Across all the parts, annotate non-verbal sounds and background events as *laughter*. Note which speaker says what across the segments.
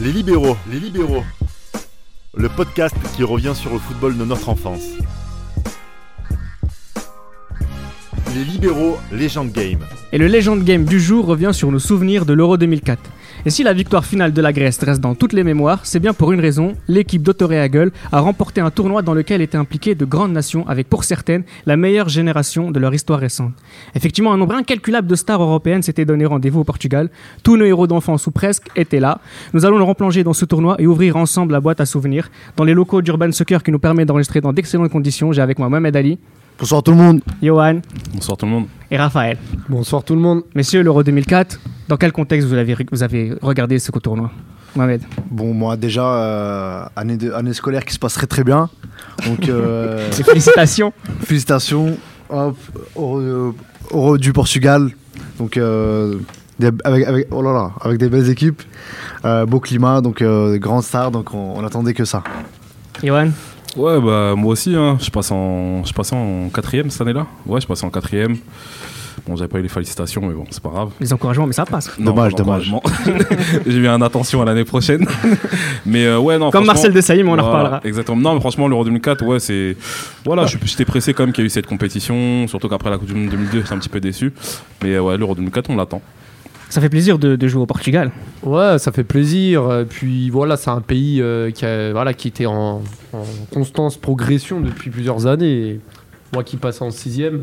Speaker 1: Les libéraux, les libéraux. Le podcast qui revient sur le football de notre enfance. Les libéraux, légende game.
Speaker 2: Et le Legend Game du jour revient sur nos souvenirs de l'Euro 2004. Et si la victoire finale de la Grèce reste dans toutes les mémoires, c'est bien pour une raison, l'équipe d'Otto Hagel a remporté un tournoi dans lequel étaient impliquées de grandes nations avec pour certaines la meilleure génération de leur histoire récente. Effectivement, un nombre incalculable de stars européennes s'étaient donné rendez-vous au Portugal, tous nos héros d'enfance ou presque étaient là. Nous allons nous replonger dans ce tournoi et ouvrir ensemble la boîte à souvenirs dans les locaux d'Urban Soccer qui nous permet d'enregistrer dans d'excellentes conditions. J'ai avec moi Mohamed Ali,
Speaker 3: Bonsoir tout le monde.
Speaker 2: Johan
Speaker 4: Bonsoir tout le monde.
Speaker 2: et Raphaël.
Speaker 3: Bonsoir tout le monde.
Speaker 2: Messieurs, l'Euro 2004, dans quel contexte vous avez, vous avez regardé ce tournoi Mohamed
Speaker 3: Bon, moi déjà, euh, année, de- année scolaire qui se passerait très bien.
Speaker 2: *laughs*
Speaker 3: Donc, euh,
Speaker 2: Et
Speaker 4: *laughs*
Speaker 2: Félicitations
Speaker 3: félicitations hop, au- euh, au- du Portugal. Donc, euh, des- avec, avec- oh là là, avec des belles équipes, euh, beau climat, donc euh, grande star. Donc, on, on attendait que ça.
Speaker 2: Johan
Speaker 4: Ouais, bah moi aussi, hein. je, passe en, je passe en quatrième cette année-là. Ouais, je passe en quatrième. Bon, j'avais pas eu les félicitations, mais bon, c'est pas grave.
Speaker 2: Les encouragements, mais ça passe.
Speaker 3: Dommage,
Speaker 4: pas
Speaker 3: dommage.
Speaker 4: d'encouragement. *laughs* J'ai eu un attention à l'année prochaine. *laughs* mais euh, ouais, non.
Speaker 2: Comme
Speaker 4: franchement-
Speaker 2: Marcel Desailly, mais on en
Speaker 4: Voilà,
Speaker 2: reparlera.
Speaker 4: Exactement. Non, mais franchement, l'Euro 2004, ouais, c'est. Voilà, je suis- j'étais pressé quand même qu'il y ait eu cette compétition. Surtout qu'après la Coupe du Monde 2002, j'étais un petit peu déçu. Mais euh, ouais, l'Euro 2004, on l'attend.
Speaker 2: Ça fait plaisir de, de jouer au Portugal.
Speaker 5: Ouais, ça fait plaisir. Euh, Puis voilà, c'est un pays euh, qui, a- voilà, qui était en, en constante progression depuis plusieurs années. Et moi qui passais en sixième,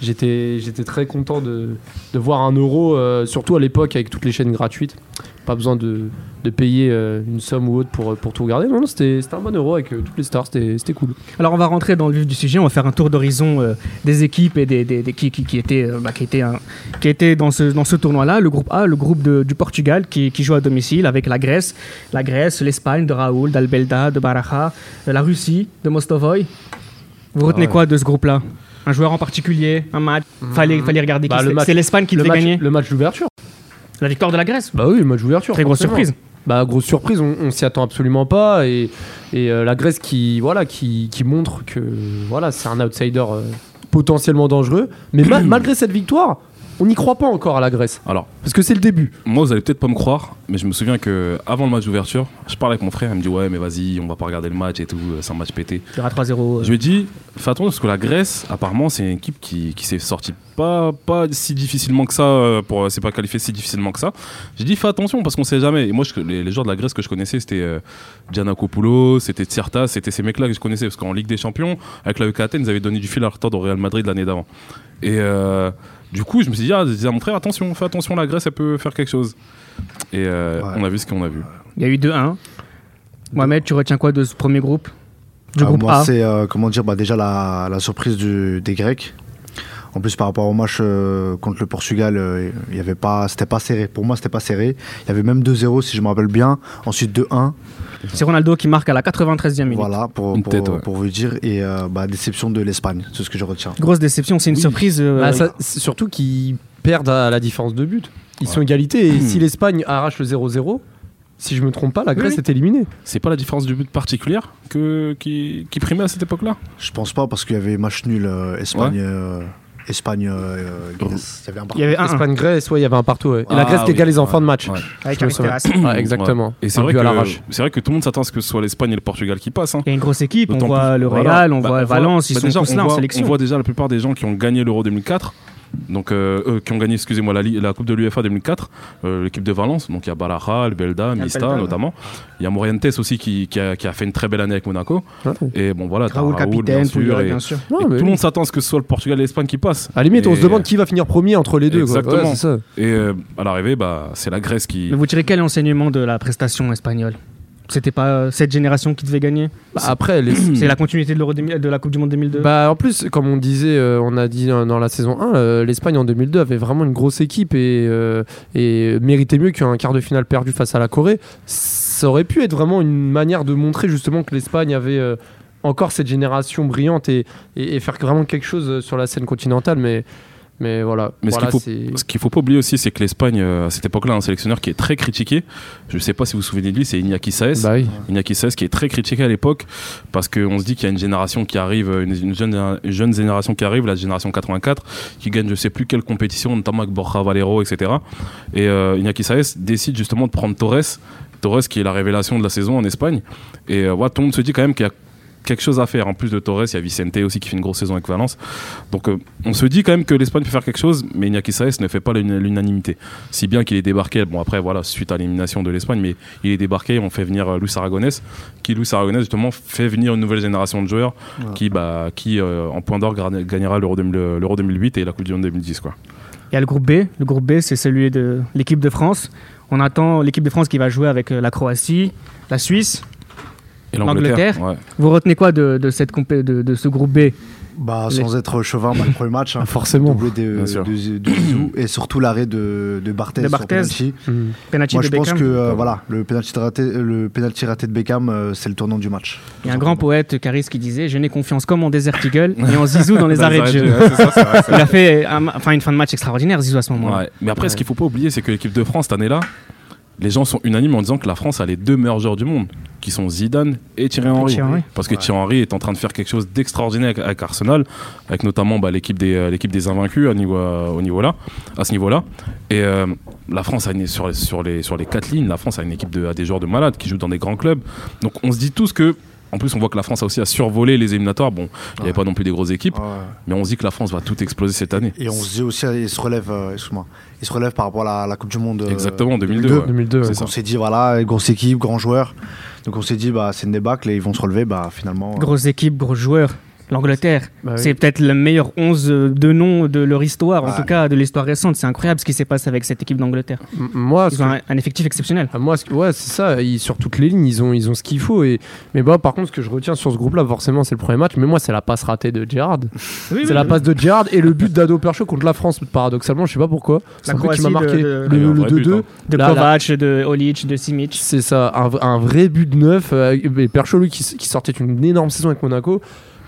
Speaker 5: j'étais, j'étais très content de, de voir un euro, euh, surtout à l'époque avec toutes les chaînes gratuites. Pas besoin de, de payer euh, une somme ou autre pour, pour tout regarder. Non, non, c'était, c'était un bon euro avec euh, toutes les stars, c'était, c'était cool.
Speaker 2: Alors on va rentrer dans le vif du sujet, on va faire un tour d'horizon euh, des équipes et des, des- des- qui, qui- qui étaient, euh, bah, qui étaient, hein, qui étaient dans ce, dans ce tournoi-là. Le groupe A, le groupe de- du Portugal qui, qui joue à domicile avec la Grèce, la Grèce, l'Espagne de Raoul, d'Albelda, de Baraja, euh, la Russie de Mostovoy. Vous retenez
Speaker 5: Ah ouais.
Speaker 2: quoi de ce groupe-là Un joueur en particulier, un match Fallait, fallait regarder
Speaker 5: Bah,
Speaker 2: qui
Speaker 5: le
Speaker 2: c'était.
Speaker 5: match-
Speaker 2: C'est l'Espagne qui
Speaker 5: le,
Speaker 2: devait
Speaker 5: match,
Speaker 2: gagner.
Speaker 5: le match d'ouverture
Speaker 2: La victoire de la Grèce.
Speaker 5: Bah oui, le match d'ouverture.
Speaker 2: Très grosse
Speaker 5: forcément.
Speaker 2: surprise.
Speaker 5: Bah, grosse surprise, on, on s'y attend absolument pas. Et, et, euh, la Grèce qui, voilà, qui, qui montre que voilà, c'est un outsider euh, potentiellement dangereux. Mais ma- *clears throat* malgré cette victoire, on n'y croit pas encore à la Grèce.
Speaker 4: Alors,
Speaker 5: Parce que c'est le début.
Speaker 4: Moi, vous allez peut-être pas me croire, mais je me souviens que avant le match d'ouverture, je parlais avec mon frère. Il me dit ouais, mais vas-y, on va pas regarder le match et tout, euh, c'est un match pété.
Speaker 2: Il y aura 3-0. euh,
Speaker 4: Je lui ai dit fais attention parce que la Grèce, apparemment, c'est une équipe qui, qui s'est sortie pas pas si difficilement que ça euh, pour euh, s'est pas qualifiée si difficilement que ça. J'ai dit fais attention parce qu'on sait jamais. Et moi, je- les, les joueurs de la Grèce que je connaissais, c'était euh, Giannakopoulos, c'était Tsirtas, c'était ces mecs-là que je connaissais parce qu'en Ligue des Champions, avec la UK Athènes, ils avaient donné du fil à retordre au Real Madrid l'année d'avant. Et euh, du coup, je me suis dit, ah, je disais à mon frère, attention, fais attention, la Grèce, elle peut faire quelque chose. Et euh,
Speaker 3: Ouais.
Speaker 4: on a vu ce qu'on a vu.
Speaker 2: Il y a eu 2-1. Mohamed, tu retiens quoi de ce premier groupe Du
Speaker 3: Euh,
Speaker 2: groupe
Speaker 3: moi,
Speaker 2: A
Speaker 3: c'est euh, comment dire, bah, déjà la, la surprise du- des Grecs. En plus, par rapport au match euh, contre le Portugal, euh, il y avait pas, c'était pas serré. Pour moi, c'était pas serré. Il y avait même 2-0 si je me rappelle bien. Ensuite 2-1.
Speaker 2: C'est Ronaldo qui marque à la 93e minute.
Speaker 3: Voilà, pour,
Speaker 4: Une
Speaker 3: pour,
Speaker 4: tête, ouais.
Speaker 3: pour vous dire. Et euh, bah, déception de l'Espagne, c'est ce que je retiens.
Speaker 2: Grosse déception, c'est une
Speaker 4: Oui.
Speaker 2: surprise. euh,
Speaker 5: Bah, ça- c'est surtout qu'ils perdent à la différence de but. Ils sont
Speaker 4: *clears throat*
Speaker 5: égalité. Et si l'Espagne arrache le 0-0, si je me trompe pas, la Grèce
Speaker 2: Oui.
Speaker 5: est éliminée.
Speaker 4: C'est pas la différence de but particulière que, qui, qui primait à cette époque-là
Speaker 3: Je pense pas parce qu'il y avait match nul euh, Espagne.
Speaker 4: Ouais.
Speaker 3: euh, Espagne, euh, Grèce. il y avait un
Speaker 2: il y avait un, un
Speaker 5: Espagne-Grèce, ouais, il y avait un partout. ouais. Et la
Speaker 4: Ah
Speaker 5: Grèce qui
Speaker 4: oui,
Speaker 5: égale les
Speaker 4: ouais.
Speaker 5: enfants de match.
Speaker 4: Ouais.
Speaker 2: avec
Speaker 5: Je me souviens.
Speaker 2: Aristeas.
Speaker 5: *clears throat* Ouais, exactement.
Speaker 4: Et c'est
Speaker 5: Un
Speaker 4: vrai,
Speaker 5: but à
Speaker 4: que,
Speaker 5: l'arrache.
Speaker 4: c'est vrai que tout le monde s'attend à ce que ce soit l'Espagne et le Portugal qui passent. hein.
Speaker 2: Il y a une grosse équipe, on
Speaker 4: D'autant
Speaker 2: voit
Speaker 4: plus-
Speaker 2: le Real,
Speaker 4: voilà.
Speaker 2: on
Speaker 4: Bah,
Speaker 2: voit
Speaker 4: on
Speaker 2: Valence, ils
Speaker 4: bah,
Speaker 2: sont
Speaker 4: déjà,
Speaker 2: tous
Speaker 4: on
Speaker 2: là en
Speaker 4: voit-
Speaker 2: sélection.
Speaker 4: On voit déjà la plupart des gens qui ont gagné l'Euro 2004, donc euh, euh, qui ont gagné, excusez-moi, la, Ligue- la Coupe de l'UEFA 2004, euh, l'équipe de Valence. Donc il y a Baraja, Belda, Mista
Speaker 2: Belda,
Speaker 4: notamment. Il y a Morientes aussi qui, qui a, qui a fait une très belle année avec Monaco.
Speaker 5: Ouais.
Speaker 4: Et bon voilà, t'as
Speaker 2: Raoul, capitaine,
Speaker 4: bien sûr.
Speaker 2: Puyol,
Speaker 4: et-
Speaker 2: bien sûr.
Speaker 5: Ouais,
Speaker 4: et
Speaker 5: mais-
Speaker 4: Tout le monde s'attend à ce que ce soit le Portugal et l'Espagne qui passent.
Speaker 5: À la limite, on
Speaker 4: Et-
Speaker 5: se demande qui va finir premier entre les deux. quoi. Ouais,
Speaker 4: Exactement.
Speaker 5: c'est ça.
Speaker 4: Et euh, à l'arrivée, bah, c'est la Grèce qui.
Speaker 2: Mais vous tirez quel enseignement de la prestation espagnole C'était pas euh, cette génération qui devait gagner
Speaker 5: Bah, après, les,
Speaker 4: Hmm.
Speaker 2: C'est la continuité de, l'Euro 2000 de la Coupe du Monde 2002
Speaker 5: Bah, en plus, comme on disait, euh, on a dit euh, dans la saison 1, euh, l'Espagne en 2002 avait vraiment une grosse équipe et, euh, et méritait mieux qu'un quart de finale perdu face à la Corée. Ça aurait pu être vraiment une manière de montrer justement que l'Espagne avait euh, encore cette génération brillante et, et- et faire vraiment quelque chose euh, sur la scène continentale, mais, mais voilà.
Speaker 4: Mais ce
Speaker 5: Voilà,
Speaker 4: qu'il faut-
Speaker 5: c'est-
Speaker 4: Ce qu'il faut pas oublier aussi, c'est que l'Espagne, euh, à cette époque-là, a un sélectionneur qui est très critiqué. Je sais pas si vous vous souvenez de lui, c'est Iñaki Saez.
Speaker 5: Bah oui.
Speaker 4: Iñaki Saez qui est très critiqué à l'époque parce qu'on se dit qu'il y a une génération qui arrive, une, une jeune, une jeune génération qui arrive, la génération 84, qui gagne je sais plus quelle compétition, notamment avec Borja Valero, etc. Et euh, Iñaki Saez décide justement de prendre Torres Torres qui est la révélation de la saison en Espagne. Et euh, ouais, tout le monde se dit quand même qu'il y a quelque chose à faire. En plus de Torres, il y a Vicente aussi qui fait une grosse saison avec Valence. Donc euh, on se dit quand même que l'Espagne peut faire quelque chose, mais Iñaki Saez ne fait pas l'un- l'unanimité. Si bien qu'il est débarqué, bon après voilà, suite à l'élimination de l'Espagne, mais il est débarqué, on fait venir euh, Luis Aragonès, qui Luis Aragonès justement fait venir une nouvelle génération de joueurs
Speaker 3: Voilà.
Speaker 4: qui, bah, qui euh, en point d'or gra- gagnera l'Euro 2000 le- l'Euro 2008 et la Coupe du Monde 2010. Quoi.
Speaker 2: Il y a le groupe B. Le groupe B, c'est celui de l'équipe de France. On attend l'équipe de France qui va jouer avec euh, la Croatie, la Suisse.
Speaker 4: Et
Speaker 2: L'Angleterre.
Speaker 4: ouais.
Speaker 2: Vous retenez quoi de, de cette compé- de, de ce groupe B
Speaker 3: Bah, sans être chauvin, bah, le premier match,
Speaker 2: *laughs*
Speaker 3: hein,
Speaker 5: Forcément.
Speaker 3: doublé de,
Speaker 4: Bien sûr.
Speaker 3: de- de Zizou, et surtout l'arrêt de, de Barthez.
Speaker 2: De
Speaker 3: sur
Speaker 2: Barthez.
Speaker 3: penalty.
Speaker 5: Mm.
Speaker 2: Penalty
Speaker 3: Moi,
Speaker 2: de
Speaker 3: je pense
Speaker 2: Beckham.
Speaker 3: que euh, voilà, le penalty raté, le penalty raté de Beckham, euh, c'est le tournant du match.
Speaker 2: Il y a un grand poète, Caris, qui disait Je n'ai confiance comme en Desert Eagle et en Zizou *laughs* dans les arrêts de jeu.
Speaker 4: Ouais, c'est ça, c'est vrai, c'est
Speaker 2: Il a fait un ma- enfin, une fin de match extraordinaire, Zizou, à ce moment-là.
Speaker 4: Ouais. Mais après,
Speaker 2: Ouais.
Speaker 4: ce qu'il faut pas oublier, c'est que l'équipe de France, cette année-là, les gens sont unanimes en disant que la France a les deux meilleurs joueurs du monde, qui sont Zidane et Thierry Henry.
Speaker 2: Thierry Henry.
Speaker 4: Parce que Thierry Henry est en train de faire quelque chose d'extraordinaire avec, avec Arsenal, avec notamment bah, l'équipe des, euh, l'équipe des invaincus à, niveau, euh, au niveau là, à ce niveau-là. Et euh, la France, a une, sur, les- sur, les, sur les quatre lignes, la France a une équipe de, a des joueurs de malades qui jouent dans des grands clubs. Donc on se dit tous que. En plus, on voit que la France a aussi à survoler les éliminatoires. Bon, il n'y avait
Speaker 3: Ouais.
Speaker 4: pas non plus des grosses équipes,
Speaker 3: Ouais.
Speaker 4: mais on se dit que la France va tout exploser cette année.
Speaker 3: Et on se dit aussi, il se relève, euh, excuse-moi, il se relève par rapport à la, la Coupe du Monde. euh,
Speaker 4: Exactement, en 2002. ouais.
Speaker 5: 2002.
Speaker 4: C'est
Speaker 5: ouais.
Speaker 3: Donc on s'est dit, voilà, grosse équipe, grand joueur. Donc on s'est dit, bah, c'est une débâcle et ils vont se relever, bah, finalement. euh,
Speaker 2: Grosse équipe, gros joueur. L'Angleterre,
Speaker 5: Bah oui.
Speaker 2: c'est peut-être le meilleur 11 de nom de leur histoire, en
Speaker 3: Ouais.
Speaker 2: tout cas de l'histoire récente. C'est incroyable ce qui s'est passé avec cette équipe d'Angleterre.
Speaker 5: M- Moi, ce
Speaker 2: Ils ont un, un effectif exceptionnel.
Speaker 5: Ah, Moi, ce que- ouais, c'est ça. Ils, sur toutes les lignes, ils ont, ils ont ce qu'il faut. Et, mais bah, par contre, ce que je retiens sur ce groupe-là, forcément, c'est le premier match. Mais moi, c'est la passe ratée de Gerrard. c'est la passe de Gerrard et le but d'Ado Percho contre la France. Paradoxalement, je sais pas pourquoi. C'est un truc qui m'a
Speaker 2: Croatie de-
Speaker 5: marqué.
Speaker 2: de-
Speaker 5: Le,
Speaker 4: Il y a un
Speaker 5: le
Speaker 4: vrai but,
Speaker 5: 2-2,
Speaker 4: hein.
Speaker 2: De
Speaker 5: Là, là.
Speaker 2: Kovac, de Olic, de Simic.
Speaker 5: c'est ça. Un, v- un vrai but de neuf. euh, et Percho, lui, qui, s- qui sortait une énorme saison avec Monaco.